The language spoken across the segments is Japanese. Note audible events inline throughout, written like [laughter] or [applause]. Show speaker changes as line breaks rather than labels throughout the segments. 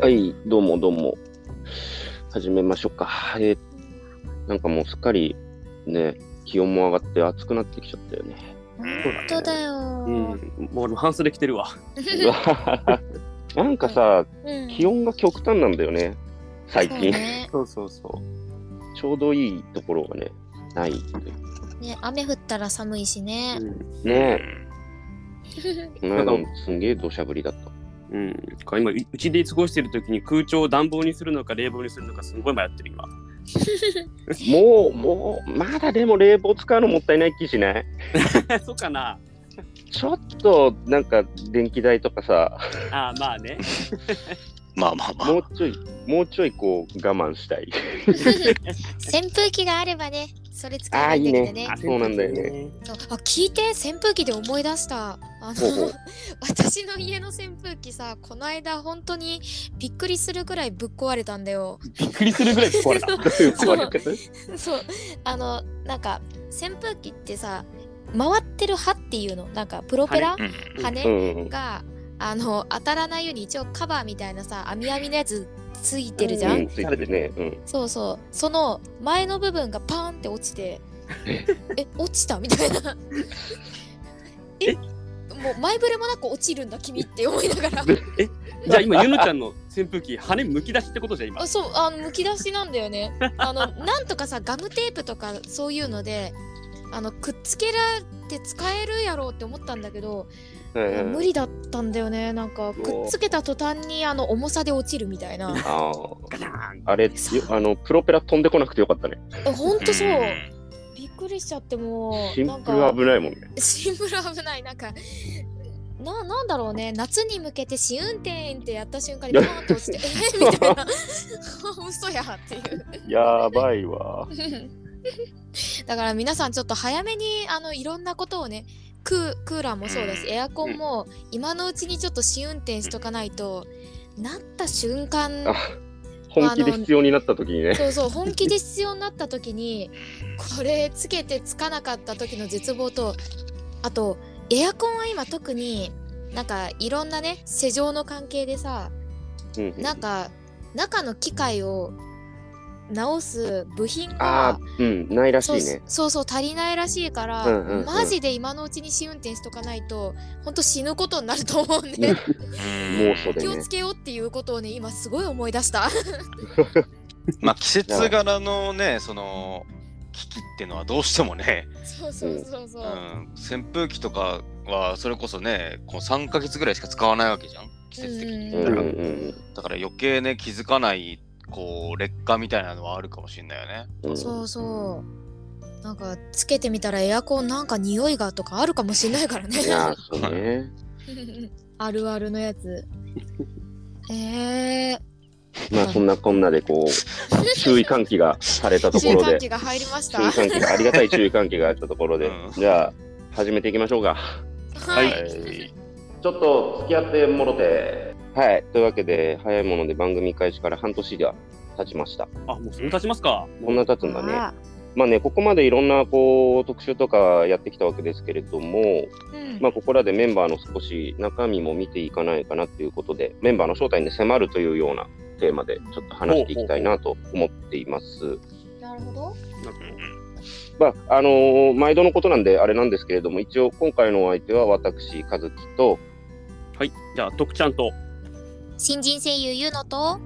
はい、どうもどうも。始めましょうか。えーなんかもうすっかりね、気温も上がって暑くなってきちゃったよね。
本当だよ。
うん、もう俺も半袖着てるわ。
うわなんかさ、
うん
気温が極端なんだよね、最
そう
近。
ね。
そうそうそう。
ちょうどいいところがね、ないという。
ね、雨降ったら寒いしね。
ね
う
え、この間もすんげえ土砂降りだった。
うん、これ今ううちで過ごしてる時に空調を暖房にするのか冷房にするのかすごい迷ってる今。 [laughs]
もう、もう、まだでも冷房使うのもったいない気しない
そうかな。
ちょっと、なんか電気代とかさ、
あーまあね。
まあまあま
もうちょい、もうちょいこう我慢
[laughs]
したい。
扇風機があればね、それ使えばいいんだけどね。
あそうなんだよね。
そうあ聞いて扇風機で思い出したあの
ほうほう
私の家の扇風機さこの間本当にびっくりするくらいぶっ壊れたんだよ
びっくりするぐらい壊
[laughs]
れた。
どういう壊れ方
そうあのなんか扇風機ってさ回ってる歯っていうのなんかプロペラ
あ。うん。
羽ね
うん
があの当たらないように一応カバーみたいなさ網網のやつついてるじゃん、
うん、ついてるね。うん。
そうそうその前の部分がパーンって落ちてえ落ちたみたいなえもう前触れもなく落ちるんだ君って思いながら
じゃあ今ゆのちゃんの扇風機羽むき出しってことじゃ今
あ。そうあのむき出しなんだよねあのなんとかさガムテープとかそういうのであのくっつけられて使えるやろうって思ったんだけど、
はいはい
無理だったんだよねなんかくっつけた途端にあの重さで落ちるみたいな
あ
ガシャーン
あ、あれ、よあの、プロペラ飛んでこなくてよかったね。
えほんとそう
うん
びっくりしちゃってもう
シン
なん
プルは
か
危ないもんね。
シンプル危ないなんかななんだろうね夏に向けて試運転ってやった瞬間にパーンと落ちて [laughs] えみたいな嘘やって [laughs] いう
やばいわ。
だから皆さんちょっと早めにあのいろんなことをねクークーラーもそうだし
うん
エアコンも今のうちにちょっと試運転しとかないとなった瞬間
あ本気で必要になった時にね。
そうそう本気で必要になった時にこれつけてつかなかった時の絶望とあとエアコンは今特になんかいろんなね施錠の関係でさ
うん
なんか中の機械を直す部品
あ
が
あ、うん、ないらし
そう
いね。
そうそう足りないらしいから、
うんうんうん
マジで今のうちに試運転しとかないと本当死ぬことになると思うんで、
ね猛暑で
気を
ね
つ。けようっていうことをね今すごい思い出した。 [laughs]
まあ季節柄のね、その危機ってのはどうしてもね、
そうそうそうそうう。
ん、扇風機とかはそれこそね、こう3ヶ月ぐらいしか使わないわけじゃん、季節的に。
うん
だ
うん
か
う
ら
ん
だから余計ね、気づかないこう劣化みたいなのはあるかもしれないよね。
うん。
そうそう。なんかつけてみたらエアコンなんか匂いがとかあるかもしれないからね
い。やー、そうね。
[laughs] あるあるの
[laughs]
やつ。えー、
まあ、そんなこんなで、こう、注意喚起がされたとこ
注意
ろ
喚
で、
起が入りまし
注
た
意。喚起が、ありがたい注意喚起があったところで
うん、
じゃあ、始めていきましょうか。
は。
はいい
ちょっと付き合ってもろて。はい。というわけで、早いもので番組開始から半年が経ちました。
あもうそんな経ちますか。
こんな経つんだね。
あ
まあね、ここまでいろんなこう特集とかやってきたわけですけれども、
ーうん
まあ、ここらでメンバーの少し中身も見ていかないかなということで、メンバーの正体に迫るというようなテーマでちょっと話していきたいなと思っています。
なるほど。
なんか
まあ、あのー毎度のことなんであれなんですけれども、一応今回のお相手は私、和樹と、
はい、じゃあ徳ちゃんと、
新人声優ゆうのと。
あ、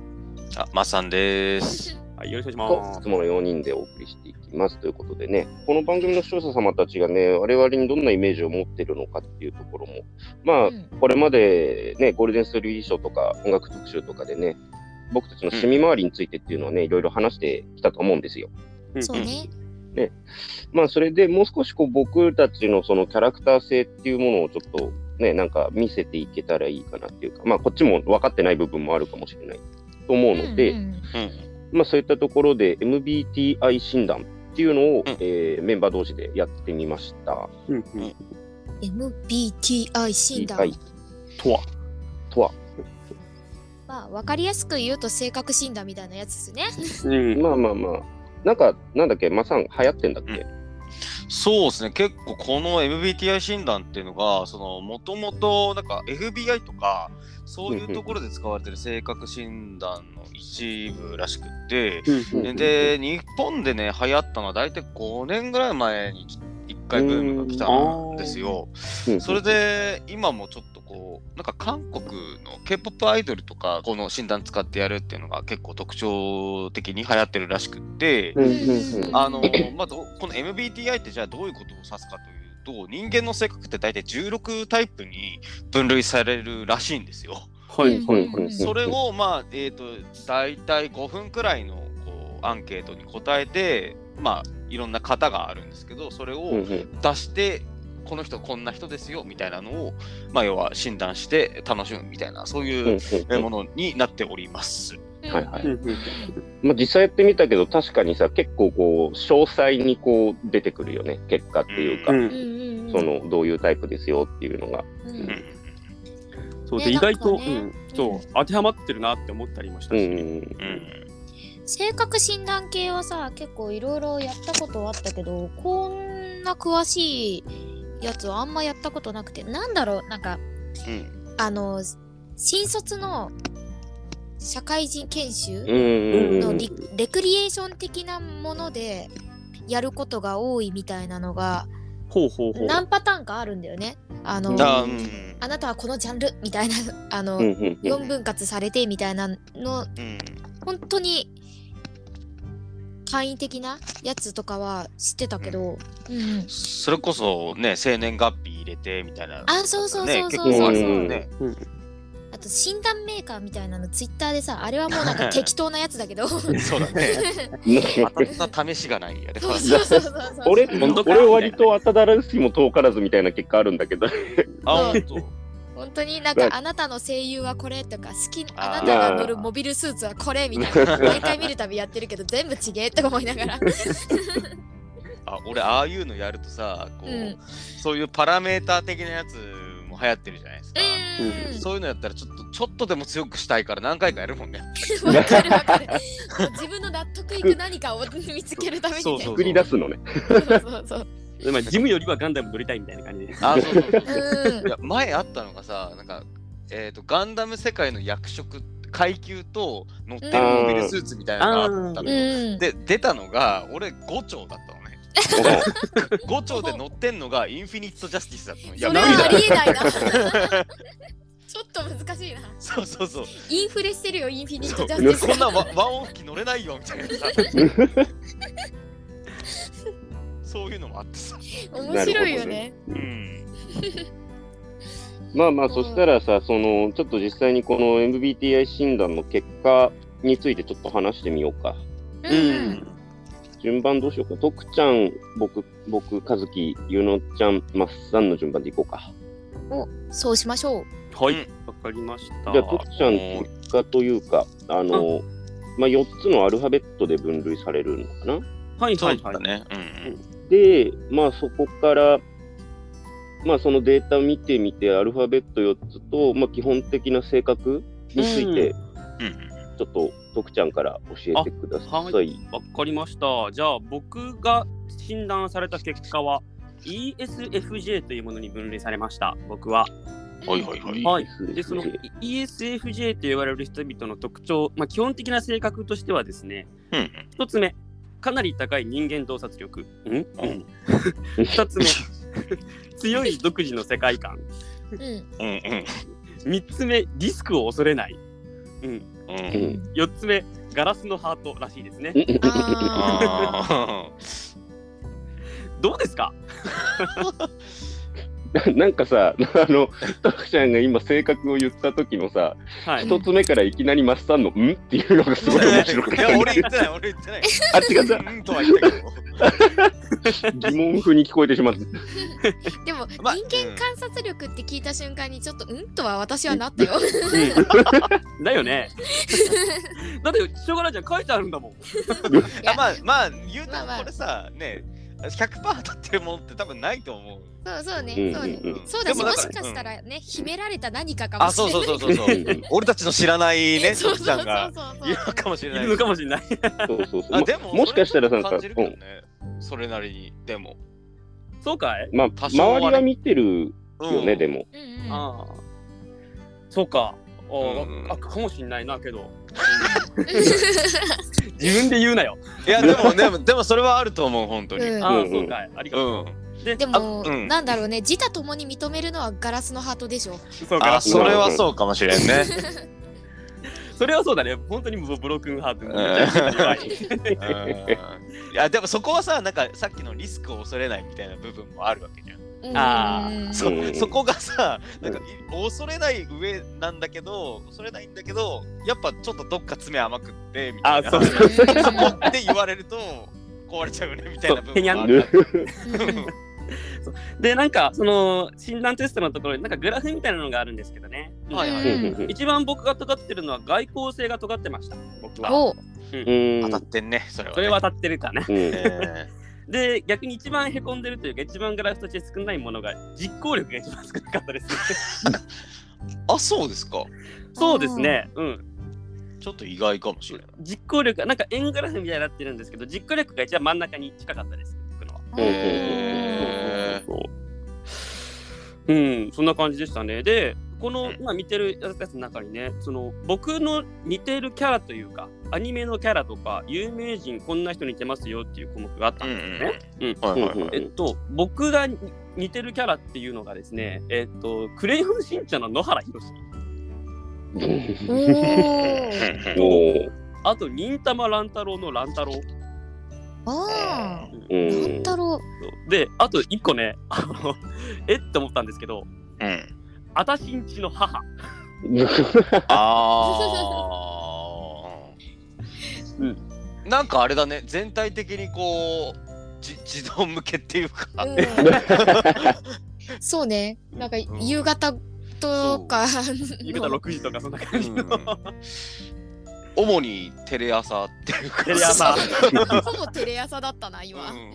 まさんです。
はい、よろしくお願いし
と
ま
い
す
つ。もの4人でお送りしていきますということでね、この番組の視聴者様たちがね、我々にどんなイメージを持ってるのかっていうところも、まあ、これまでね、ゴールデンストーリー賞とか音楽特集とかでね、僕たちの趣味周りについてっていうのはね、いろいろ話してきたと思うんですよ。
うんそうね。
まあ、それでもう少しこう僕たちのそのキャラクター性っていうものをちょっとね、なんか見せていけたらいいかなっていうか、まあ、こっちも分かってない部分もあるかもしれないと思うので、
うんうん
うん。
まあ、そういったところで MBTI 診断っていうのを、
うん
えーメンバー同士でやってみました。
うんうん。
MBTI 診断
TI
とは。
とは、
まあわかりやすく言うと性格診断みたいなやつですね。
うん。
まあまあまあ、なんか、なんだっけ、マさん流行ってんだっけ、
そうですね結構この MBTI 診断っていうのがそのもともとなんか FBI とかそういうところで使われてる性格診断の一部らしくって
うんうん
で日本でね流行ったのは大体5年ぐらい前に1回ブームが来たんですよ。
うん
それで今もちょっとこうなんか韓国の k p o p アイドルとかこの診断使ってやるっていうのが結構特徴的に流行ってるらしくって。
うんうんうん
あのまあ、どこの MBTI ってじゃあどういうことを指すかというと人間の性格って大体16タイプに分類されるらしいんですよ。
はいはい
うんうんうん
はい。
それをまあえー、と大体5分くらいのこうアンケートに答えてまあいろんな型があるんですけどそれ
うんう
を
ん
出して、この人こんな人ですよみたいなのをまあ要は診断して楽しむみたいなそう
うんう
い
ん
うえものになっております。
はいはい
うんうん
まあ、実際やってみたけど確かにさ結構こう詳細にこう出てくるよね結果っていうか、
う
うんんうんうん
そのどういうタイプですよっていうのが。
うん
うん
そう
ね
で意外と、
なんかね
うんそう当てはまってるなって思ったりもした
うん
し、
うん
うん
性格診断系はさ結構いろいろやったことはあったけどこんな詳しいやつはあんまやったことなくてなんだろうなんか
うん
あの新卒の社会人研修
うんう
の
ん
リ,、レクリエーション的なものでやることが多いみたいなのが
ほうほうほう。
何パターンかあるんだよね。あの
あ
あ
うんうん
なたはこのジャンルみたいなあの、
うんうんうん
4分割されてみたいなの
うん
本当に簡易的なやつとかは知ってたけど、うんうん
それこそね生年月日入れてみたいな
あそうそうそうそう
ね、結
そ
構あ
う
る
そ
か
う、
らね、
あと診断メーカーみたいなのツイッターでさあれはもうなんか適当なやつだけどそうそう
そうだね当たった試しがないやで、
そうそうそう
俺
本当か
俺割とあただらずしも遠からずみたいな結果あるんだ
[laughs]
けど
あ本当
本当になんかあなたの声優はこれとか好き
あー
あなたが乗るモビルスーツはこれみた
[laughs]
いな毎回見るたびやってるけど全部ちげえとか思いながら
あ俺ああいうのやるとさこう、
うん
そういうパラメーター的なやつも流行ってるじゃないですか、
うん
そういうのやったらちょっとちょっとでも強くしたいから何回かやるもんね。
わかるわかる。自分の納得いく何かを見つけるためにね。
そうそう
作り出すのね。
そうそうそう。
でまあジムよりはガンダム乗りたいみたいな感じで。
あそうそうそ
う
う
ん
い。や前あったのがさなんか、えー、とガンダム世界の役職階級と乗ってるモビルスーツみたいなのがあったのよ、
うん。
で出たのが俺5丁だったのね5丁で乗ってんのがインフィニット・ジャスティスだったのい
そ
や
れ
無理
はあ
だ
りえ
[laughs]
ないな。ちょっと難しいな。
そうそうそう
インフレしてるよ、インフィニッ
そ
ト
う
ジャスティ
こ
ス
んなワワンオフ機乗れないよみたいなさそういうのもあってさ
が。面白いよね。
うん
まあまあそしたらさそのちょっと実際にこの MBTI 診断の結果についてちょっと話してみようか。
う。
うんん。
順番どうしようか。徳ちゃん、僕、僕、和樹、ゆのちゃん、まっさんの順番でいこうか。
そうしましょう。
は
う
い。わかりました。
じゃあ、徳ちゃん、結果というか、あの、まあ、4つのアルファベットで分類されるのかな。
はい
そ
は
う
いは
だった
い。
ねうん
で、まあ、そこから、まあ、そのデータ見てみて、アルファベット4つと、まあ、基本的な性格について、
うんうん
ちょっと徳ちゃんから教えてくだ
あ
さ。
はいわかりました。じゃあ僕が診断された結果は ESFJ というものに分類されました。僕は。
はいはいはい
はい
い
でその ESFJ と言われる人々の特徴、まあ、基本的な性格としてはですね、
うん
一つ目かなり高い人間洞察力、うん二つ目 [laughs] 強い独自の世界観
うん。
うんうん
三つ目リスクを恐れない、うん、
うん
[laughs] う
うん
ん。
四つ目ガラスのハートらしいですね
あ
あ
どうですか
なんかさ、 [laughs] あの、徳ちゃんが今、性格を言った時のさ、
はい
うん
一つ目からいきなりマスさんの「ん?」っていうのがすごい面白く
ーい
て
や俺言ってない俺言ってない
あっちがさ
うんとは言ったけど
疑問風に聞こえてしまって
ー [laughs] でも人
まあ
間観察力って聞いた瞬間にちょっとうんとは私はなったよ。
うんだよねだってしょうがないじゃん書いてあるんだもん
い
あ
や
まあまあ言うと
まあまあ
これさ、ね100%当たってるものって多分ないと思う。
[laughs] そうそう
うん
ね。そうね。
ん
そうだし、
で
も
だら
しかした
うん
らね、秘められた何かかも
あ
しれ
そ
な
う
い。
そうそうそうそう
うんうん。
俺たちの知らないね、
[laughs] そ
そうう
そう
ち
そ
ゃ
うん
が
そう
いるのかもしれ
い
な
る
い
の。かもしれない
そうそうそう
あ
も
でも
もしかしたらさ
それは感じるけどね
うん
それなりにでも。
そうかい
まあ、
多
周
少はね
りは見てるよね、で
も。
も。
うんうん
ああそうかあー、
うん
あかもしんないなけど
[laughs]
自分で言うなよ
いや、でも、でも、でも、それはあると思う、本当に。
う
うんん。
ああ、
うんうん
そうかいありがとう、で
でも、
あうん
なんだろうね自他ともに認めるのはガラスのハートでしょ
そうか
あ、
そ
それはそうかもしれんね。
[laughs]
れはそうだね本当にブロックンハートみたいな
うんいや、でも、そこはさ、なんか、さっきのリスクを恐れないみたいな部分もあるわけじゃん。
あ
うんうんうん
そ
うん
そこがさ、なんか、恐れない上なんだけど、恐れないんだけど、やっぱ、ちょっとどっか爪甘くって、みたいな。
あそう
そこって言われると、壊れちゃうねみたいな部分もある。
[laughs] でなんかその診断テストのところになんかグラフみたいなのがあるんですけどね、
[laughs] はいは
う
い。
んうん
一番僕が尖ってるのは外交性が尖ってました僕は
お
うん
当たってんね、それはね。
それは当たってるかな
うん
え
で逆に一番へこんでるというか一番グラフとして少ないものが実行力が一番少なかったです
[laughs] ーあ、そうですか。
そうですねうん
ちょっと意外かもしれない。
実行力がなんか円グラフみたいになってるんですけど実行力が一番真ん中に近かったです僕のは
うん
へー
そううんそんな感じでしたねでこの今見てるやつの中にねその僕の似てるキャラというかアニメのキャラとか有名人こんな人似てますよっていう項目があったんですよね、
うんうん。はいはいは
えっと、僕がに似てるキャラっていうのがですね、えっと、クレヨンしんちゃんの野原ひろし、
おー
い。
おー
あと、忍たま乱太郎の乱太郎。
あ
う
ー
ん
なんだろ
で、あと一個ね、 [laughs] あのえって思ったんですけど、
うん。
あたしんちの母。
あーなんかあれだね、全体的にこう、じ児童向けっていうか。 [laughs]
う、うん、そうねなんか
うん
夕方とか
夕方6時とかそんな感じの。
主にテレ朝っていうか。
テレ朝
[laughs] ほぼテレ朝だったな今、
うん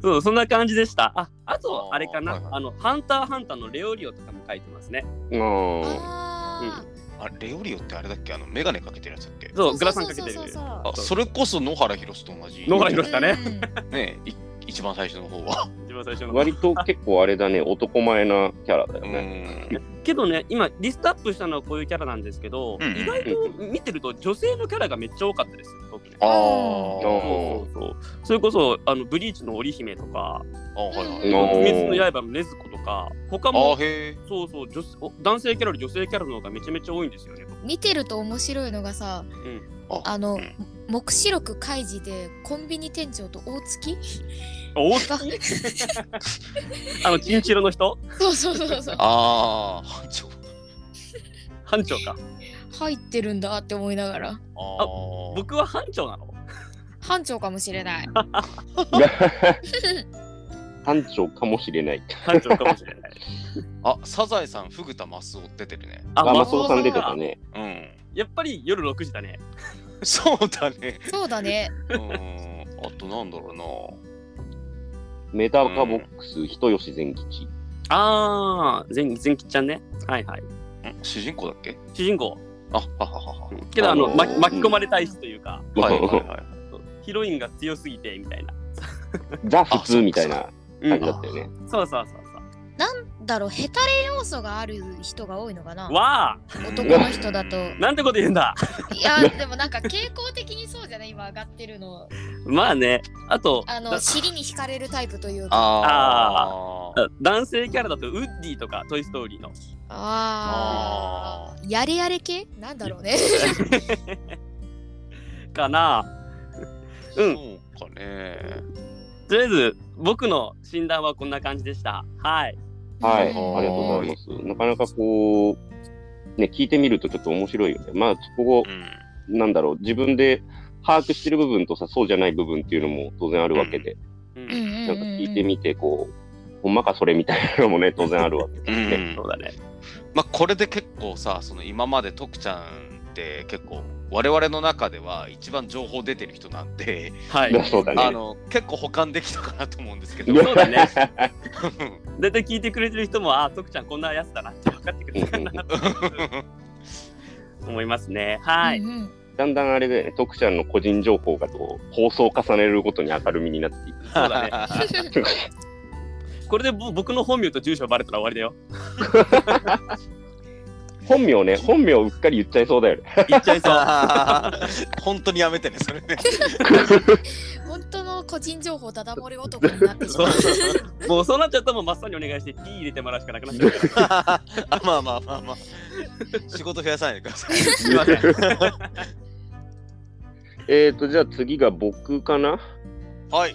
そう、そんな感じでした。あ、あと、あれか
あーはい
な
は、い
あの、ハンターハンターのレオリオとかも書いてますね。
あ
あー
あレオリオってあれだっけあの、メガネかけてるやつだっけ
そう、グラサンかけてる
そう。そうそう
あ、それこそ野原ひろしと同じ。
野原ひ
そ
ろ
う
しだね
うん
ねい一番最初の方は。
一番最初
ー
の。
割と結構あれだね、男前なキャラだよ
う
ね。
ん。
けどね、今、リストアップしたのはこういうキャラなんですけど、
うんうん
意外と見てると、女性のキャラがめっちゃ多かったです、僕ね。
あー
お
そうそうそうそれこそあのブリーチの織姫とか
あ、はいは
う
い。
んおー
鬼滅の刃の禰豆子とか他
あ
も
ーへえ。
そうそう女性お男性キャラより女性キャラの方がめちゃめちゃ多いんですよね。
見てると面白いのがさ
あ
あの、
うん
黙示録開示でコンビニ店長と大月 [laughs]
おお
が
[laughs] あのチンチロの人
そうそうそうそう
ああ、班長。
班長か。
入ってるんだって思いながら
ああ、
僕は班長なの
班長かもしれない
班長かもしれない。
班長かもしれ
[laughs]
ない。
あ、サザエさん、フグタマスオ出てるね。
あ、マス
オ
オさん出てた。ね。
うん。
やっぱり夜6時だね。
そうだね。
そうだね
うん。あと、なんだろ
メダカボックス、人吉善吉。
ああ、全全吉ちゃんね。はいはい。
うな。ん主人公だっけ
主人公。
あ、はははは。
けどあの、
あのー
ま巻き込まれ体質というか、
はいはいはい。
そうヒロインが強すぎてみたいな。
ザ普通みたいな
う
感
ん
じだったよね。
そうそうそう
だろヘタレ要素がある人が多いのか
そ
な
う。わあ
男の人だと
なんてこと言うんだ
いやでもなんか傾向的にそうじゃない今上がってるの
まあね、あと、
あの
だ
尻に惹かれるタイプというか
あーあー。
あ男性キャラだとウッディとかトイ・ストーリーの。
ああやれやれ系なんだろうね
[laughs] かな。うん
そうかね。
とりあえず、僕の診断はこんな感じでした。はい。
はい、ありが
ん
とうございます。なかなかこう、ね、聞いてみるとちょっと面白いよね。まあ、ここ
う、ん。
なんだろう、自分で把握してる部分とさ、そうじゃない部分っていうのも当然あるわけで、
う
うんうん
ん。
なんか聞いてみて、こう、ほんまかそれみたいなのも
[laughs]
ね、当然あるわけ
う
でね。
ん
そ。うだね。
まあ、これで結構さ、その今まで徳ちゃんって結構、我々の中では一番情報出てる人なんで、
はい。
だ [laughs] そうだね。
あの、結構保管できたかなと思うんですけど。
そうだね。
うん
だいたい聞いてくれてる人も、ああ、徳ちゃんこんなやつだなって分かってくれるかなと思いますね。はい。
うんうん
[laughs] だんだんあれで、ね、徳ちゃん
[laughs]
[laughs]
の個人情報がこう放送を重ねるごとに明るみになっていく。
そうだね。これでぼ僕の本名と住所バレたら終わりだよ。
本名ね、本名うっかり言っちゃいそうだよね。
言っちゃいそう。
本当にやめてね、それね。
本当の個人情報だだ漏れ男になってしまう。 [laughs]
もうそうなっちゃったらもうまっさんにお願いして P 入れてもらうしかなくなっちゃうから。
あまあまあまあまあ。仕事増やさないでください。
すいません。
[laughs] えっと、じゃあ次が僕かな。
はい。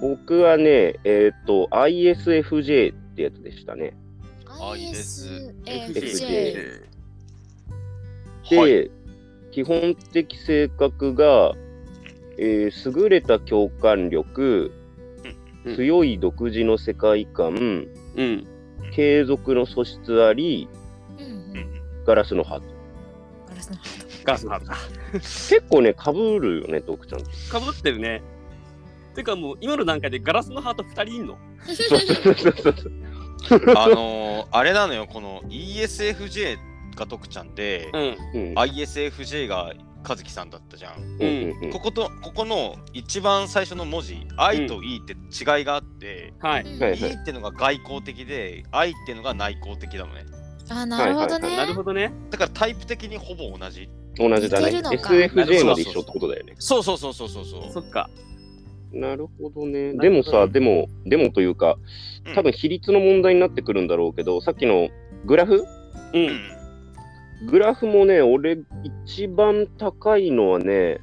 僕はね、えっ、と、ISFJ ってやつでしたね。
ISFJ。
で、
はい。
基本的性格が、えー優れた共感力、
うん
強い独自の世界観、
うん。
継続の素質あり、
うん
う
うん。
ん
ガラスのハート。
ガラスのハ
ガスのハートか。
結構ね、かぶるよね、徳ちゃん。
かぶってるね。てかもう今の段階でガラスのハート2人いんの
そう
ー
そうそうそうそう。
あのー、あれなのよ、この ESFJ が徳ちゃんで、
ん。
うん。
ISFJ が和樹さんだったじゃん。
うんうんうん
ここと、ここの一番最初の文字、I と E って違いがあって、
はい。
ト。
は
う
い
ん
E ってのが外交的で、I ってのが内向的だもんね。
あ、なるほど
はい
ね
な。るほどね。
だからタイプ的にほぼ同じ。
同じだね。
似てるのか
SFJ まで一緒ってことだよね。
そうそうそうそうそうそ。
そうっか。
なるほどね。
な
で
るほど
もさ、でも、でもというか、
うん
多分比率の問題になってくるんだろうけど、さっきのグラフ
う。
うんん
グラフもね、俺、一番高いのはね、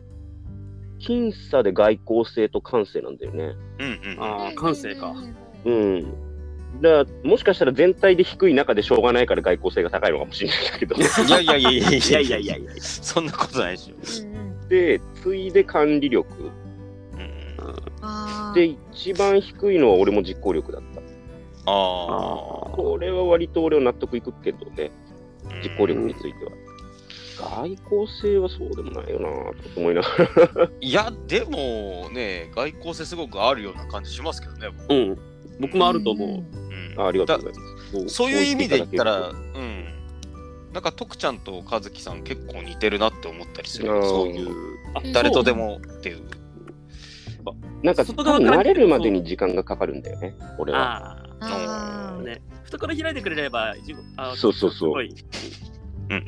僅差で外交性と感性なんだよね。
うんうん。
ああ、感性か。
うん。だから、もしかしたら全体で低い中でしょうがないから外交性が高いのかもしれないん
[laughs]
だけど。
いやいやいやいやい
いやいやいや [laughs] いや。
そんなことないでしょ。
うんうん。
で、次いで管理力。
うん
ああ。
で、一番低いのは俺も実行力だった。
あ
あ
これは割と俺は納得いくけどね、
あ。
実行力については。外交性はそうでもないよなぁと思いながら。
いや、でもね、外交性すごくあるような感じしますけどね。
あ。うん。僕もあると思う。
う。
うん
あありがとうございます。
だそういう意味で言ったら、
あ
うん。なんか、徳ちゃんと和樹さん結構似てるなって思ったりする。
ー
そういう、
あ
うん
誰とでもっていう。
なんか、多
外側
分
から
慣れるまでに時間がかかるんだよね、俺は。
ああ。
ああ。
ね、懐開いてくれれば、いちごあ
そうそうそう
すごい
うん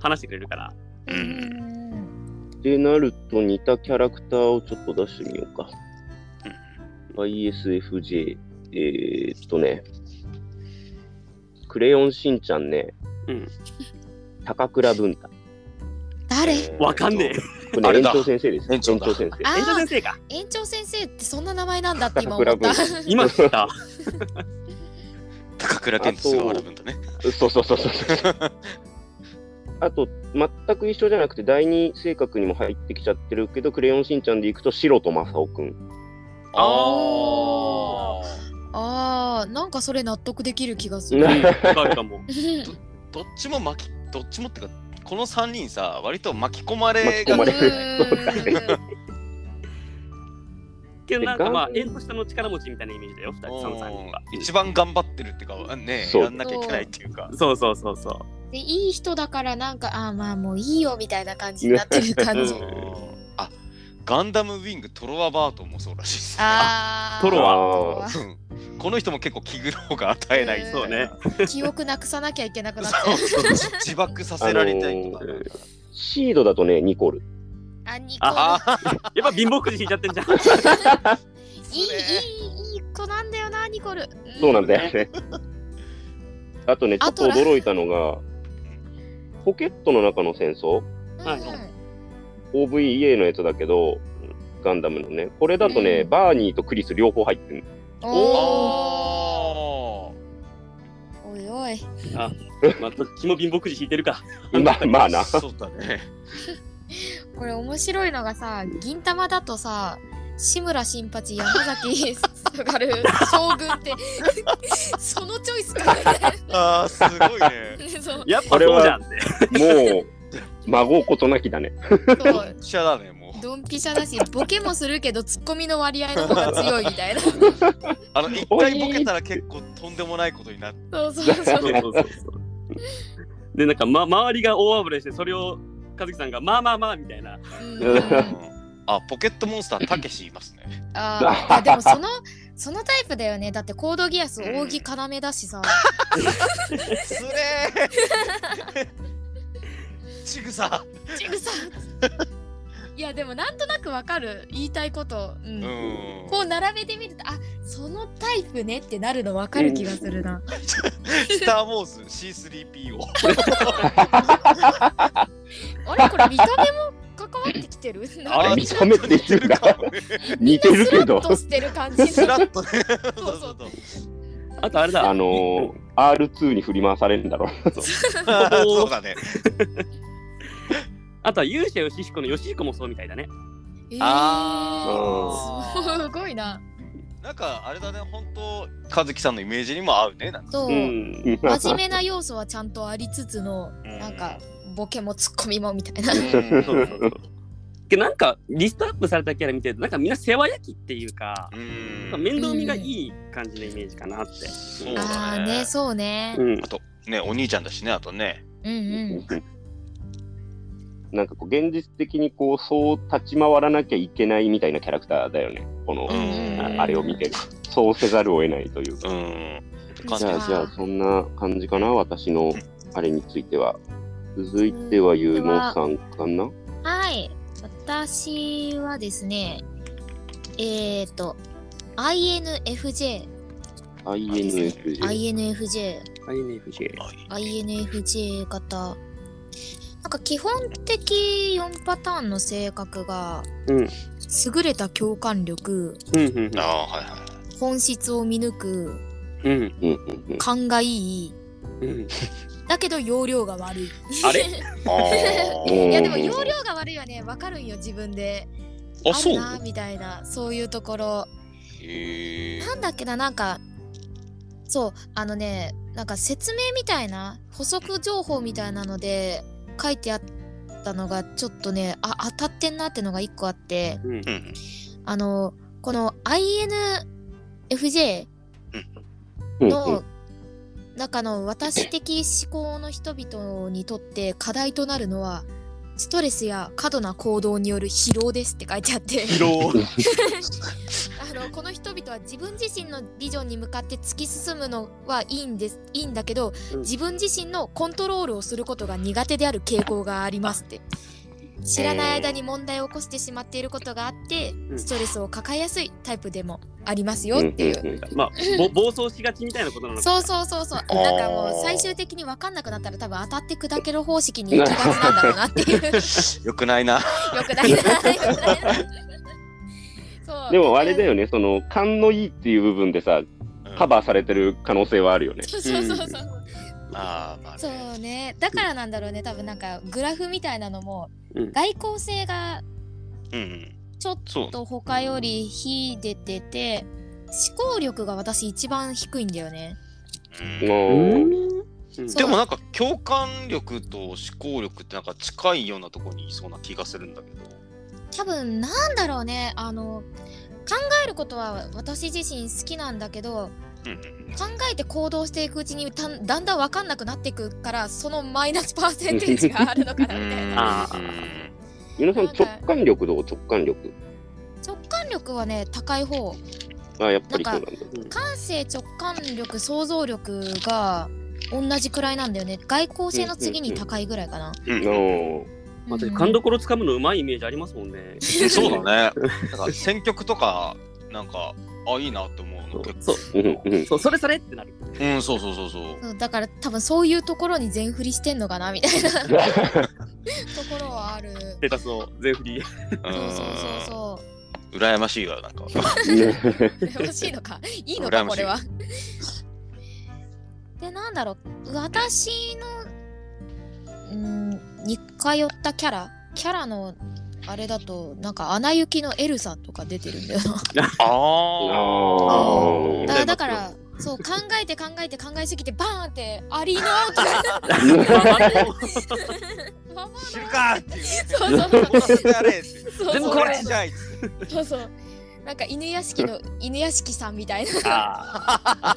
話してくれるから。
うんうん
でなると似たキャラクターをちょっと出してみようか。ISFJ。えー、っとね。クレヨンしんちゃんね。
うん。
高倉文太。
誰
わかんねえ。
これね
あれ
園
だ
長先生です。
園長だ
先生。
あ
園長
あ
先、生か。
園長先生ってそんな名前なんだって今思った。
桜
今知った。
高倉健と菅原文太ね。
そうそうそうそうそう。あと、全く一緒じゃなくて、第二性格にも入ってきちゃってるけど、クレヨンしんちゃんでいくと、白と正雄くん。
あ
ああ、なんかそれ納得できる気がす
う
る。
ん、誰かも。
うん
どっちも巻き、どっちもってか、この3人さ、割と巻き込ま
巻
れ
き込
が
まれ
けどなんかまあ、
で
縁と下の力持ちみたいなイメージだよ、二人、その三人は。
一番頑張ってるっていうか、ね、
そう
やんなきゃいけないっていうか。
そうそうそうそう。
でいい人だからなんかああまあもういいよみたいな感じになってる感じ。
うん
あ、ガンダムウィングトロワバートもそうらしいですね。
ああ。
トロワ
あ
あ
うんこの人も結構気苦労が与えないみたいな
そうね。
記憶なくさなきゃいけなくなって。
そうそう自爆させられたいとか。
あのシードだとね、ニコル。
あニコ
ああ
やっぱ貧乏くじ引いちゃってんじゃん。
いいいいいい子なんだよなニコル。
そうなんだよね。 [laughs] あとね、ちょ
あ
っと
とら
驚いたのが、ポケットの中の戦争、
うん
はい
OVA のやつだけど、ガンダムのね、これだとね、
うん
バーニーとクリス両方入ってる。
おお。
お
おいおい。
まあ、どっちも貧乏くじ引いてるか。
[laughs]
まあまあな。
そうだね。
これ面白いのがさ銀玉だとさ志村新八山崎下がる将軍ってそのチョイスかね
ああ、すごいね。
そう
やっぱそうじゃんって。
もう、孫ことなきだね。
そう
記者だね、もう。
ドンピシャだしボケもするけどツッコミの割合の方が強いみたいなそ
あの、一回ボケたら結構とんでもないことになって。
うそうそう
そうそうそうそう。で、なんか、ま、周りが大暴れして、それを和樹さんが、まあまあまあみたいな。
うん
うん
あ、ポケットモンスターたけしいますね。
あーあでもそのそのタイプだよねだってコードギアス扇要だしさ、
つれー [laughs] ちぐさ
ちぐさいやでもなんとなくわかる言いたいこと、う
うんん
こう並べてみるとあそのタイプねってなるのわかる気がするな、
スター・ウォーズ C3PO
あれこれ見た目も関わってきてる
あれ
なんか
見た目って言うんだ
ちょっと似
似
てるかもね
てるけど
スラッとしてる感じ
スラ
の
ッとね
そうそう
あとあれだ。
あのー、R2 に振り回されるんだろうなと。
そうだね
あとは勇者ヨシヒコのヨシヒコもそうみたいだね。
えー
あ
すごいな
なんかあれだね本当和樹さんのイメージにも合うねなんか
そう、
うん。
真面目な要素はちゃんとありつつの
うん
なんかボケもツッコミもみたいな
そうそうそう。けどなんかリストアップされたキャラ見てるとなんかみんな世話焼きっていうか、
うん
面倒見がいい感じのイメージかなって。
そう
[laughs] あ
だ
ー
ね
ねそうね
う、ん
あ。とねお兄ちゃんだしねあとね
うんうん
なんかこう現実的にこうそう立ち回らなきゃいけないみたいなキャラクターだよね。この、
うん
ああれを見てる。そうせざるを得ないというか。
うん
じ
う
ゃ
ん
あじゃあそんな感じかな私のあれについては。続いてはゆうのさんかな。
はい。私はですね、えっ、ー、と、INFJ、
INFJ。
INFJ、
INFJ。
INFJ 型。なんか基本的4パターンの性格が、
うん
優れた共感力、
うんうん
ああはいはい
本質を見抜く、
うん。うん
うんうんうん。
勘がいい、
うん。
だけど容量が悪 [laughs] い。
あれ
あ
いやでも容量が悪いはね、わかるんよ、自分で。あ
ーあ
る
そう
な、みたいな、そういうところ。
へえ
なんだっけな、なんか、そう、あのね、なんか説明みたいな、補足情報みたいなので書いてあったのが、ちょっとね、あ、当たってんなってのが一個あって、
うん
う。ん
あの、この INFJ
うんうん
の中の私的思考の人々にとって課題となるのは、ストレスや過度な行動による疲労ですって書いてあって。[laughs]
疲労
あのこの人々は自分自身のビジョンに向かって突き進むのはいいんですいいんだけど、
うん
自分自身のコントロールをすることが苦手である傾向がありますって知らない間に問題を起こしてしまっていることがあって、
ん
ストレスを抱えやすいタイプでもありますよっていう。
うんうんうん
まあぼ暴走しがちみたいなことなのか。
そうそうそうそう
あー
なんかもう最終的に分かんなくなったら多分当たって砕ける方式に行きがちなんだろうなっていう
[laughs]
よく
よくないな
ないなよくないなそう
でもあれだよね、その勘のいいっていう部分でさ、カバーされてる可能性はあるよね。
[laughs] そうそうそうそう、
ああまあね
そうねだからなんだろうね多分なんかグラフみたいなのも、
うん
外交性が
うんうん
ちょっ
そう
と他より秀でてて思考力が私一番低いんだよね
うん
うん。
うん
でもなんか共感力と思考力ってなんか近いようなところにいそうな気がするんだけど
多分なんだろうねあの考えることは私自身好きなんだけど
うんうん
考えて行動していくうちにたんだんだん分かんなくなっていくからそのマイナスパーセンテージがあるのかなみたいな
あー
皆さん
なん
直
か
感力どう直感力。
直感力はね高い方
あ、やっぱりそうなんだ。
感性直感力想像力が同じくらいなんだよね外交性の次に高いぐらいかな、
うんうん
お
私勘どころつかむのうまいイメージありますもんね。
そう
[laughs]
だねなんか選曲とかなんかあいいなって思うの結
そう
うん [laughs] うん
そうそれそれってなる。
構うんそうそうそうそう
そうだから多分そういうところに全振りしてんのかなみたいなと [laughs] ころはある
ステータスを全振り。
う
そ
ん
うそう
らやましい
[laughs]
わなんか
ね
うそうそう羨ましいの
[laughs]
かいいのか
羨ま
こ
しい
れはでなんだろう私のうん似通ったキャラキャラのあれだとなんか「アナ雪のエルサ」とか出てるんだよな
ああ
ああ。
だか
あ
らだからそう考えて考えて考えすぎてバーンってアリーナアウトがバ
[laughs]
バ
知るかーっていう
そうそう
こんなことやれっていう
そう
全部これ
そんなちっちゃいっつって
そうそうなんか犬屋敷
[laughs]
の犬屋敷さんみたいなそう
あ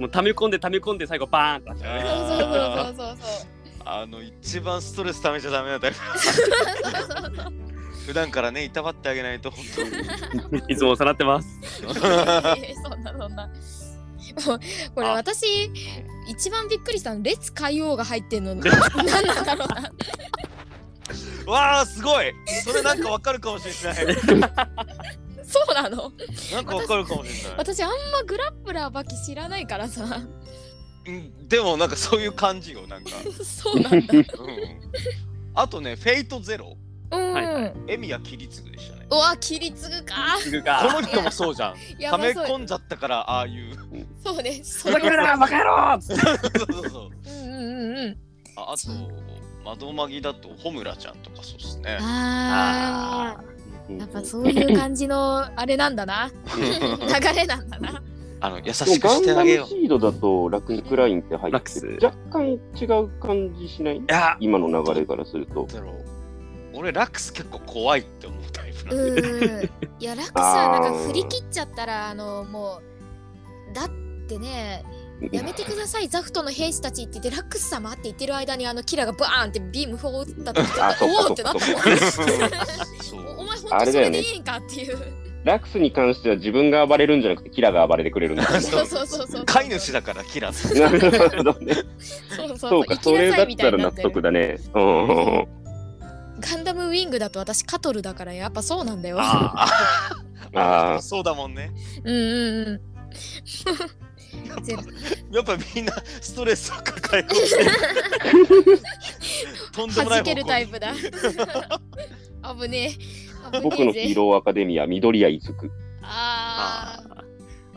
[laughs] ーもう溜め込んで溜め込んで最後バーンとなっちゃうね。
そうそうそうそう [laughs]
あの一番ストレス溜めちゃダメなタイプ [laughs]
そうそうそう
普段からねいたわってあげないと本当に
いつもお世話になってます。
えそんなそんな。 [laughs] もうこれ
あ
私一番びっくりしたの「列海王」が入ってん
[laughs]
の何なんだろうな
わあすごいそれなんかわかるかもし
[laughs]
れない
そうなの
なんかわかるかもしれない
私あんまグラップラーばき知らないからさ
うんでもなんかそういう感じよなんか、
そうなんだ
うん、あとね「フェイトゼロ
うん、
はいは
エミヤキリツグでしたね
うわ切り継ぐか
すぐ
こ
か。
の人もそうじゃん
[laughs] や
溜
ば
め
そう
込んじゃったからああいう [laughs]
そうねそ
ふ
う
ざけるな、バカ野郎っつって
そうそうそう
うんうんうんうん
ああと窓マギだとホムラちゃんとかそうっすね
あ
う
ー
ん
やっぱそういう感じのあれなんだな流れなんだな
あの優
でも
しく
ガ
し
ン
て
ダ
あ
ム
げよう
シードだとラククラインって入
ラ
っ
ク
て
ス
て若干違う感じしない
いや
今の流れからすると
なんだろう俺ラックス結構怖いって思うタイプなんで、
うんいやラクスはなんか振り切っちゃったらあのもうだってねやめてくださいザフトの兵士たちって言ってラックス様って言ってる間にあのキラがバーンってビーム砲を打った時ちょ
あ
っ
そ
と
っかそっ
おおってな
か
っ
そ
た
っ
もん
か
[laughs] そう
お前本当それでいいんかっていう
ラクスに関しては自分が暴れるんじゃなくてキラが暴れてくれるんだ
そうそうそうそう
飼い主だからキラー
なるほどね
そうそう
そうかそれだったら納
ってる
得だねうんうんうん
ガンダムウィングだと私カトルだからやっぱそうなんだよ
あ
あ
あ
ー
そうだもんね
うんうんうんゼロ
やっぱみんなストレスを抱え込んでと
[laughs]
んでもない
弾
方向
け
に
るタイ
[laughs]
プだ危ねえ
僕
危ねえ
のヒ
ぜ
ーローアカデミア緑谷一族
あー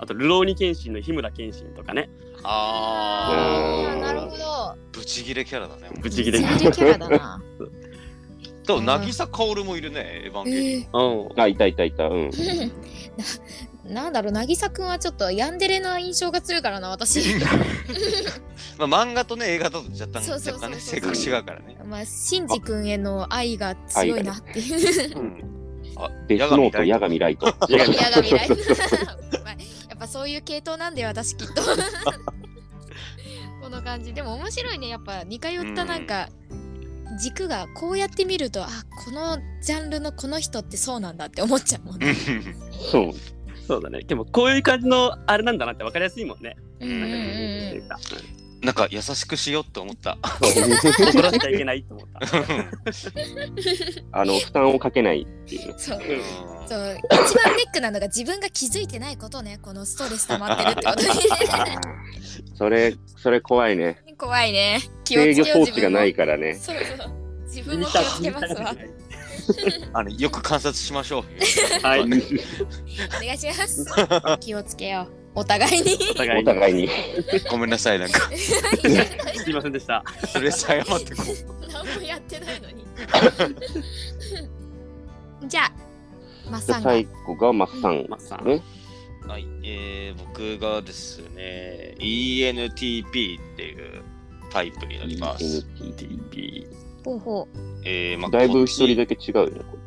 あと、ルローニケンシンの日村ケンシンとかね。
あ
う
あ
ん
なるほど。
ブチギレキャラだね
ブチギレ
ブチギレキャラだな。
と渚薫もいるねエヴァン
え
ゲリ
ー
うん。
あいたいたいたうん
[laughs] なんだろう、渚くんはちょっとヤンデレな印象が強いからな、私。
[laughs] オン、まあ、漫画とね映画だと若干
そうそうそうそう
若干ね性格違うからね、
まあ、シンジくんへの愛が強いなっていう。
あ
デスノート
矢
矢神
神ラ
ラ
イ
イ
ト
ト [laughs]
ヤガミライ
そ
フ
うそうそう。
まあやっぱそういう系統なんで、私きっ
[laughs]
と。この感じ。でも面白いね、やっぱ似通ったなんか。軸がこうやって見るとあこのジャンルのこの人ってそうなんだって思っちゃうもんね。
そう
そうだね。でも、こういう感じのあれなんだなって分かりやすいもんね。
うんう
なんん
う
か
ん
イメ
う
ージとい
ん
うか、
なんか優しくしようって思った
そう
怒らせちゃいけないと思った。
あの負担をかけないっていうね
そう
うん
そう一番ネックなのが自分が気づいてないことねこのストレス溜まってるってことね
それそれ怖いね [laughs]
怖いね気を
制
つ
御
けよう
装置
自分
が
も
ないからね
そうそう自分も気をつけますわ
あのよく観察しま [laughs] しょう。
はい
お願いします気をつけようお互いに
[laughs]
お互い
お
に。
互いに
ごめんなさい、なんか、
いや
すいませんでした。
そ
[laughs]
れ謝ってこ
何もやってないのにじゃあマッ
じゃ
サ
あ
ンが
最後がマッサン
まあさん。
ね
う。はい、えー、僕がですね、ENTP っていうタイプになります。
NTP
ほうほう
えー、まあ
だいぶ一人だ
こ
け違うよねこ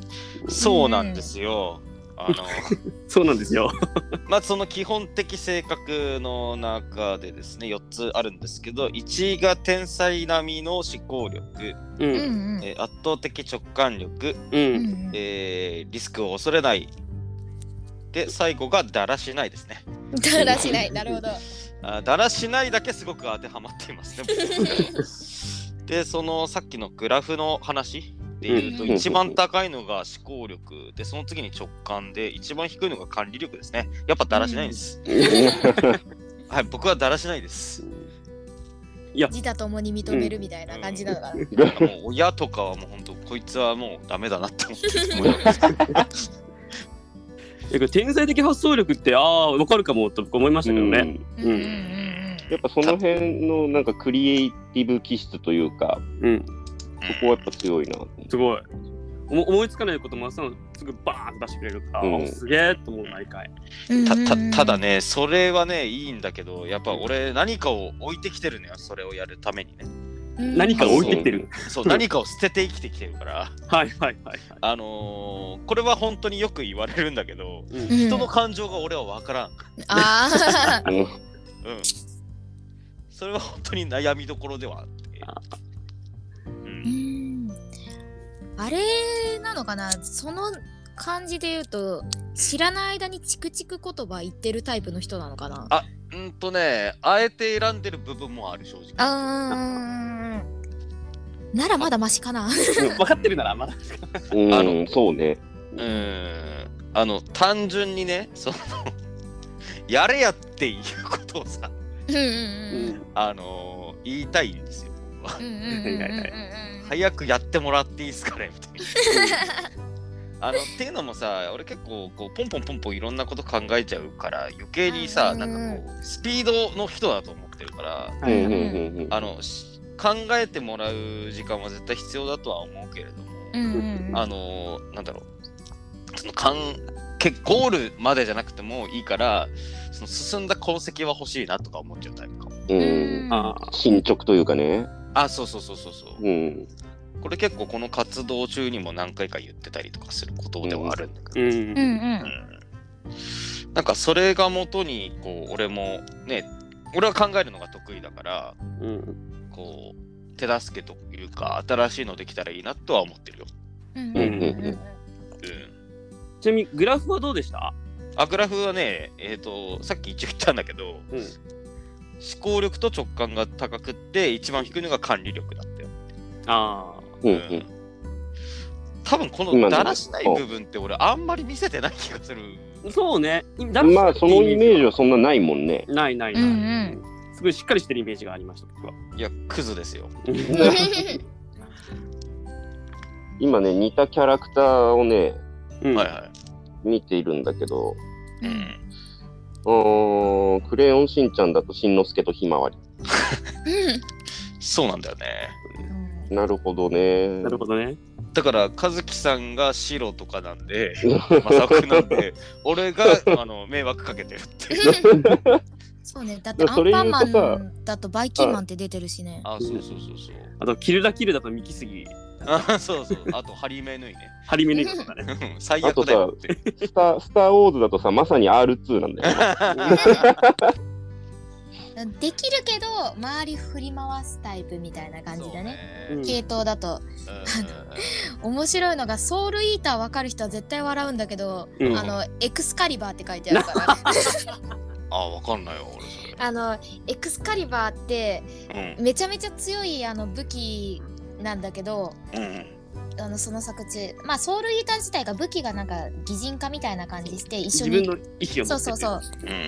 っちそうなんですよ。あの、 [laughs]
そうなんですよ。
まあその基本的性格の中でですね、4つあるんですけど、1が天才並みの思考力、
う
うん
ん。
うん
えー圧倒的直感力、
う。
うんん
えーリスクを恐れない。で、最後がだらしないですね。
うんだらしないなるほど
あだらしないだけすごく当てはまっていますね。
[laughs]
僕で、そのさっきのグラフの話でいうと、
うん
一番高いのが思考力で、その次に直感で、一番低いのが管理力ですね。やっぱだらしないんです。はい、僕はだらしないです。
自他ともに認めるみたいな感じなのかな、
なんかもう親とかはもう本当、こいつはもうダメだなって思ってる。
えこれ天才的発想力って、ああ、わかるかもと僕思いましたけど
う
ね。
ん
うんうんうんうん
やっぱその辺のなんかクリエイティブ気質というか
うん。
そこはやっぱ強いな
すごい。おも思いつかないこともさんすぐバーンと出してくれるから、
うん
すげえと思う毎回。
たたただね、それはね、いいんだけど、やっぱ俺、何かを置いてきてるのよ、それをやるためにね。
うん
何かを置いてきてる。
そう、何かを捨てて生きてきてるから、
はいはいはいはい。
あのーこれは本当によく言われるんだけど、
うん
うん
人の感情が俺は分からん。
ああ
うん
うん。そ
[laughs]
れは本当に悩みどころではあって。
あ
う
う、
んんあれなのかなその感じで言うと知らない間にチクチク言葉言ってるタイプの人なのかな
あうんとねあえて選んでる部分もある正直
あーならまだマシかな
分かってるならまだ。
あ
うん、
の
そうね。
うーんあの単純にねその [laughs] やれやっていうことをさ
うんうん
あのー言いたいんですよ僕は
うんうんうんうんうんうんうん
早くやってもらっていいですかね [laughs] みたいな。あのっていうのもさ俺結構こうポンポンポンポンいろんなこと考えちゃうから余計にさ
うんう
なん
うん
んかこうスピードの人だと思ってるから
うんうんうんうん。
あのし考えてもらう時間は絶対必要だとは思うけれども、
うんうんうん
あのーなんだろうそのかん結ゴールまでじゃなくてもいいからその進んだ功績は欲しいなとか思っちゃうタイプかも。
う。
うんん
あ
進捗というかね。
あそうそうそうそうそう。
うん。
これ結構この活動中にも何回か言ってたりとかすることではあるんだ
う
けど、
ん
う。ん
うんなんかそれが元にこう俺もね俺は考えるのが得意だから
うん。
こう手助けというか新しいのできたらいいなとは思ってるよ。
うん
うんう
う
んんうん。
うん、
ちなみにグラフはどうでした
アグラフはね、えー、とさっき一応言ったんだけど、
うん
思考力と直感が高くって一番低いのが管理力だったよ。
あ
うん
う
うん
ん多分こ
今
の
の
だらしない部分って俺あんまり見せてない気がする。
あ。そうね。
まあそのイメージはそんなないもんね。
ないないない、
うん
すごいしっかりしてるイメージがありました僕は。
いや、クズですよ。
今ね似たキャラクターをね
うん
はいは
見ているんだけど、
い。
うーんクレヨンしんちゃんだとしんのすけとひまわり。
そうなんだよね。
なるほどね。
なるほどね。
だから、和樹さんが白とかなんで、正くなんで、 [laughs] 俺があの迷惑かけてるっていう。
そうねだってア
そ
ン
れ
パ
言
ン
う
マ
とさ
ンだとバイキンマンって出てるしね
あ、そうそうそうそう。
あとキルダキルだとミキスギ
あ、そうそう。あと、張り目縫いね。
ハリメネズとかね。
うん最悪だよって。
スタースター・ウォーズだとさまさに R2 なんだよ
[laughs]
ね。
できるけど周り振り回すタイプみたいな感じだね
[laughs] そう
うん
ね
系統だと面白いのがソウルイーターわかる人は絶対笑うんだけど、
うん
あのエクスカリバーって書いてあるから
あ、わかんないよ、俺それ。
あのエクスカリバーって
うん
めちゃめちゃ強いあの武器なんだけど
うん
あのその作中まあソウルイーター自体が武器がなんか擬人化みたいな感じして一緒
自分
に
の意思を持って
そうそうそう
うんうん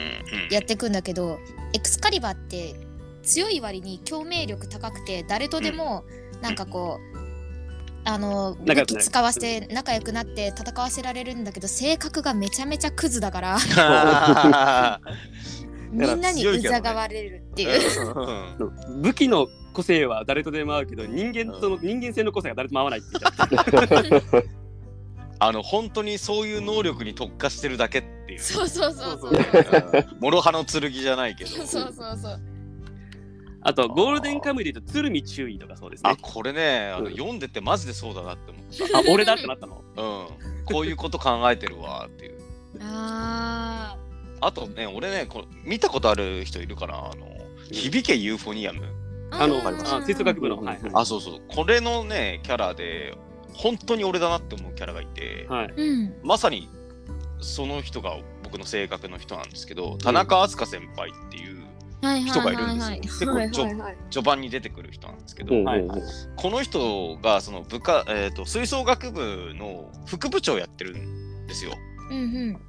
やってくんだけどエクスカリバーって強い割に共鳴力高くて誰とでもなんかこう、あの
仲
武
良く
器
なる
使わせて仲良くなって戦わせられるんだけど性格がめちゃめちゃクズだから
あ
みんなに
強
う
いけど
ざ
ね
がわれるっていう。
ーうん
う。武器の個性は誰とでも合うけど人間との人間性の個性が誰とも合わないって言っちゃった。
あの、本当にそういう能力に特化してるだけってい
[laughs]
う。
そうそうそうそう。
もろ刃の剣じゃないけど。
そうそうそう。
あとゴールデンカムイで言うと鶴見注意とかそうです
あ
ね。
これねあの
うん
読んでてマジでそうだなって
あ俺だってなったの。
思う、うん、こういうこと考えてるわっていう
あ
あとね俺ねこれ見たことある人いるかなあの響けユーフォニアム
あ。
あ
う
の
ん
あ吹奏楽部のはいはい。
あそうそうこれのねキャラで本当に俺だなって思うキャラがいて
はい。
うん。
まさにその人が僕の性格の人なんですけど田中飛鳥先輩っていう
はい
人
は
がい
い
る
はい
ん
はい。
ですよ結構序序盤に出てくる人なんですけど、
うんうん
はい
うん
この人がその部下、えー、と吹奏楽部の副部長をやってるんですよ。
うんうん。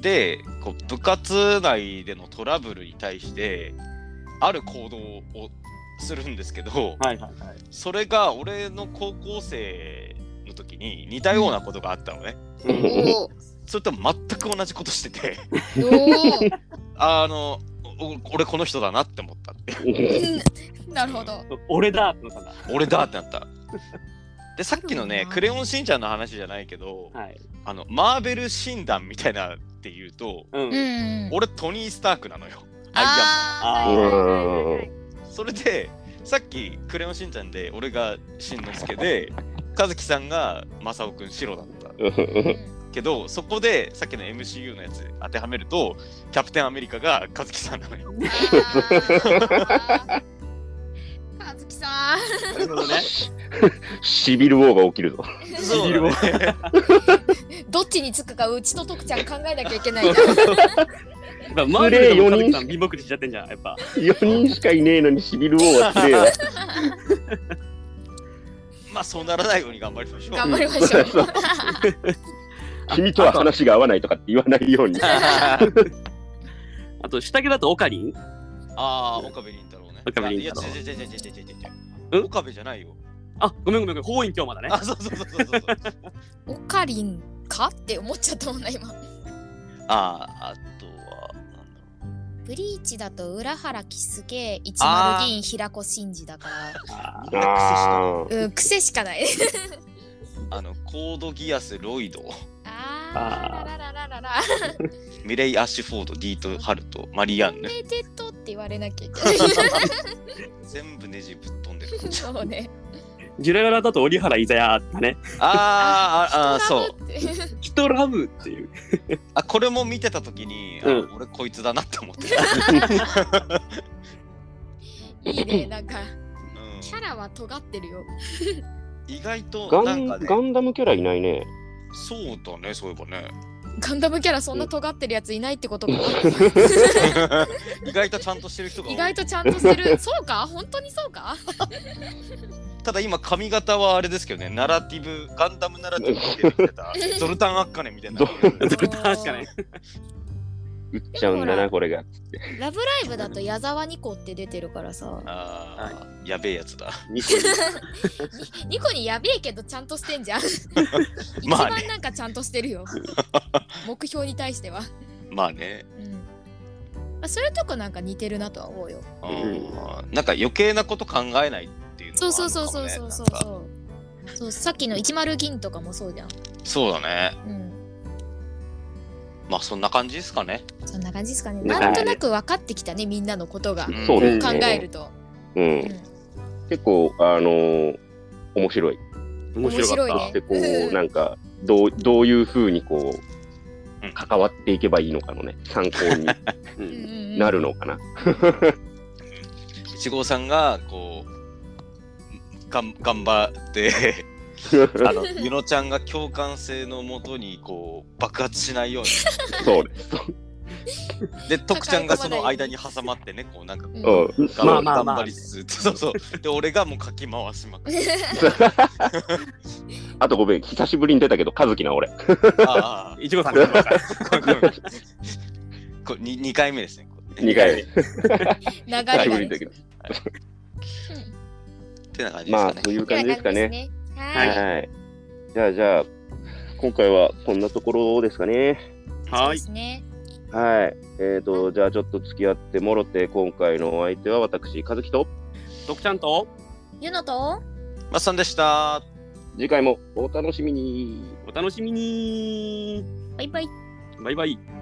でこう部活内でのトラブルに対してある行動をするんですけど、
はいはいはい。
それが俺の高校生の時に似たようなことがあったのね、
うん
おお。
それと全く同じことしてて
お
あのお俺この人だなって思ったって
お。なるほど。
俺だってなったんだ。
俺だってなったでさっきの
そう
ね
な
「クレヨンしんちゃん」の話じゃないけど、
はい。
あのマーベル診断みたいなっていうと
う。
うんうんん。
俺トニー・スタークなのよアイアンマン
あ
アイアンマン
ーはいはいはいはい
それでさっき「クレヨンしんちゃん」で俺がしんのすけで和樹さんが正雄くん白だったけどそこでさっきの MCU のやつ当てはめるとキャプテンアメリカが和樹さんなのよ
あーかずきさん。
なるほどね。
[laughs] シビルウォーが起きるぞ。
そう [laughs]
ビルを
だね
どっちにつくかうちと徳ちゃん考えなきゃいけないな。
やっぱ周りの人さん貧乏くじしちゃってんじゃん、やっ [laughs] ぱ。
4人しかいねえのにシビルウォーはつれえわ。
まあそうならないように頑張りましょう。
頑張りましょう。
[laughs] 君とは話が合わないとかって言わないように。
あと、下着だとオカリン
ああ、岡部倫太郎ね。
岡部倫太郎
いや、違う違う違う違う違う違う
うん
岡部じゃないよ。
あ、ごめんごめんごめん、法院今日まだね。
あ、そうそうそうそうそう。
オカリンかって思っちゃったもんな、今。
ああ、あとは、なんだろ
ブリーチだと浦原キスゲ一
あ
丸
ー
議員平子真二だから
あ
う。みんな癖してる
あー。
うん癖しかない
あの、コードギアス、ロイド、
あー
あー
ララララララ
ミレイ・アッシュフォード、ディート・ハルト、マリアンヌ。
めでとうって言われなきゃいけない
全部ネジぶっ飛んでる。
そうね
ジュララだと折原伊沢やだね。
あー [laughs] あ、あー、そう。
うって
キトラブっていう。
あこれも見てた時に、あ
うん
俺こいつだなって思ってた、
[laughs] いいねなんか
うん
キャラは尖ってるよ
意外と
ガ
なん
ン
かね
ガンダムキャラいないね。
そうだねそういえばね [laughs]
ガンダムキャラそんな尖ってるやついないってことかな
意外とちゃんとしてる人が多い
意外とちゃんとしてるそうか本当にそうか
ただ今髪型はあれですけどねナラティブガンダムナラティブで出
[laughs]
てたゾルタン・アッカネみたいな
ゾ
[laughs] 確かね。
売っちゃうんだな、これが。
ラブライブだと矢沢ニコって出てるからさ
あー、やべえやつだ
ニコル
ニコにやべえけどちゃんとしてんじゃ [laughs] ん一
まあ
番
ね
なんかちゃんとしてるよ目標に対しては
まあね、
うんまあ、そういうとこなんか似てるなとは思うよ。
あーなんか余計なこと考えないっていうの
そう
はあ
そう
るの
そう
か
そ
も
うそうそう
ねなんか
そう。そうさっきの一丸銀とかもそうじゃん。
そうだね
うん。
まあそんな感じですかね
そんな感じですかね。
ね
なんとなく分かってきたね、みんなのことが。
ん
そうです
考
ね。
えると。
う。
うんん
結構、あのー面白い。
面白か
面白い
った
ね。
で、こう、なんか、どう、どういうふうにこ
う、
うん関わっていけばいいのかのね、参考に
うんう
うん
んうん [laughs]
なるのか [laughs] な。
一号さんがこうがん頑張って
[laughs]
あのゆのちゃんが共感性のもとにこう爆発しないよう
そうです。
に [laughs] で徳ちゃんがその間に挟まってねこうなんかこう
うん
うん。
頑
ま
張
あまあまあ
頑張りつつそうそうで俺がもうかき回しま
[laughs]
くる
あとごめん、久しぶりに出たけど、和樹な、俺。
ああ
いちごさんごめんなさい
これこれこれに二回目ですねこれね
2回目。
流れ
久
が
しぶり
ね
に出たけど。
ってな感じで
ま
すか
あ、
ね、
という感じですかね。。
は。
はいい。じゃあ、じゃあ、今回はこんなところですかね。
そう
は
で
い。
すね。
はい。えっ、ー、と、じゃあちょっと付き合ってもろて、今回のお相手は私、和樹と、
徳ちゃんと、
ゆのと、
まっさんでした
次回もお楽しみに。
お楽しみに
バイバイ。
バイバイ。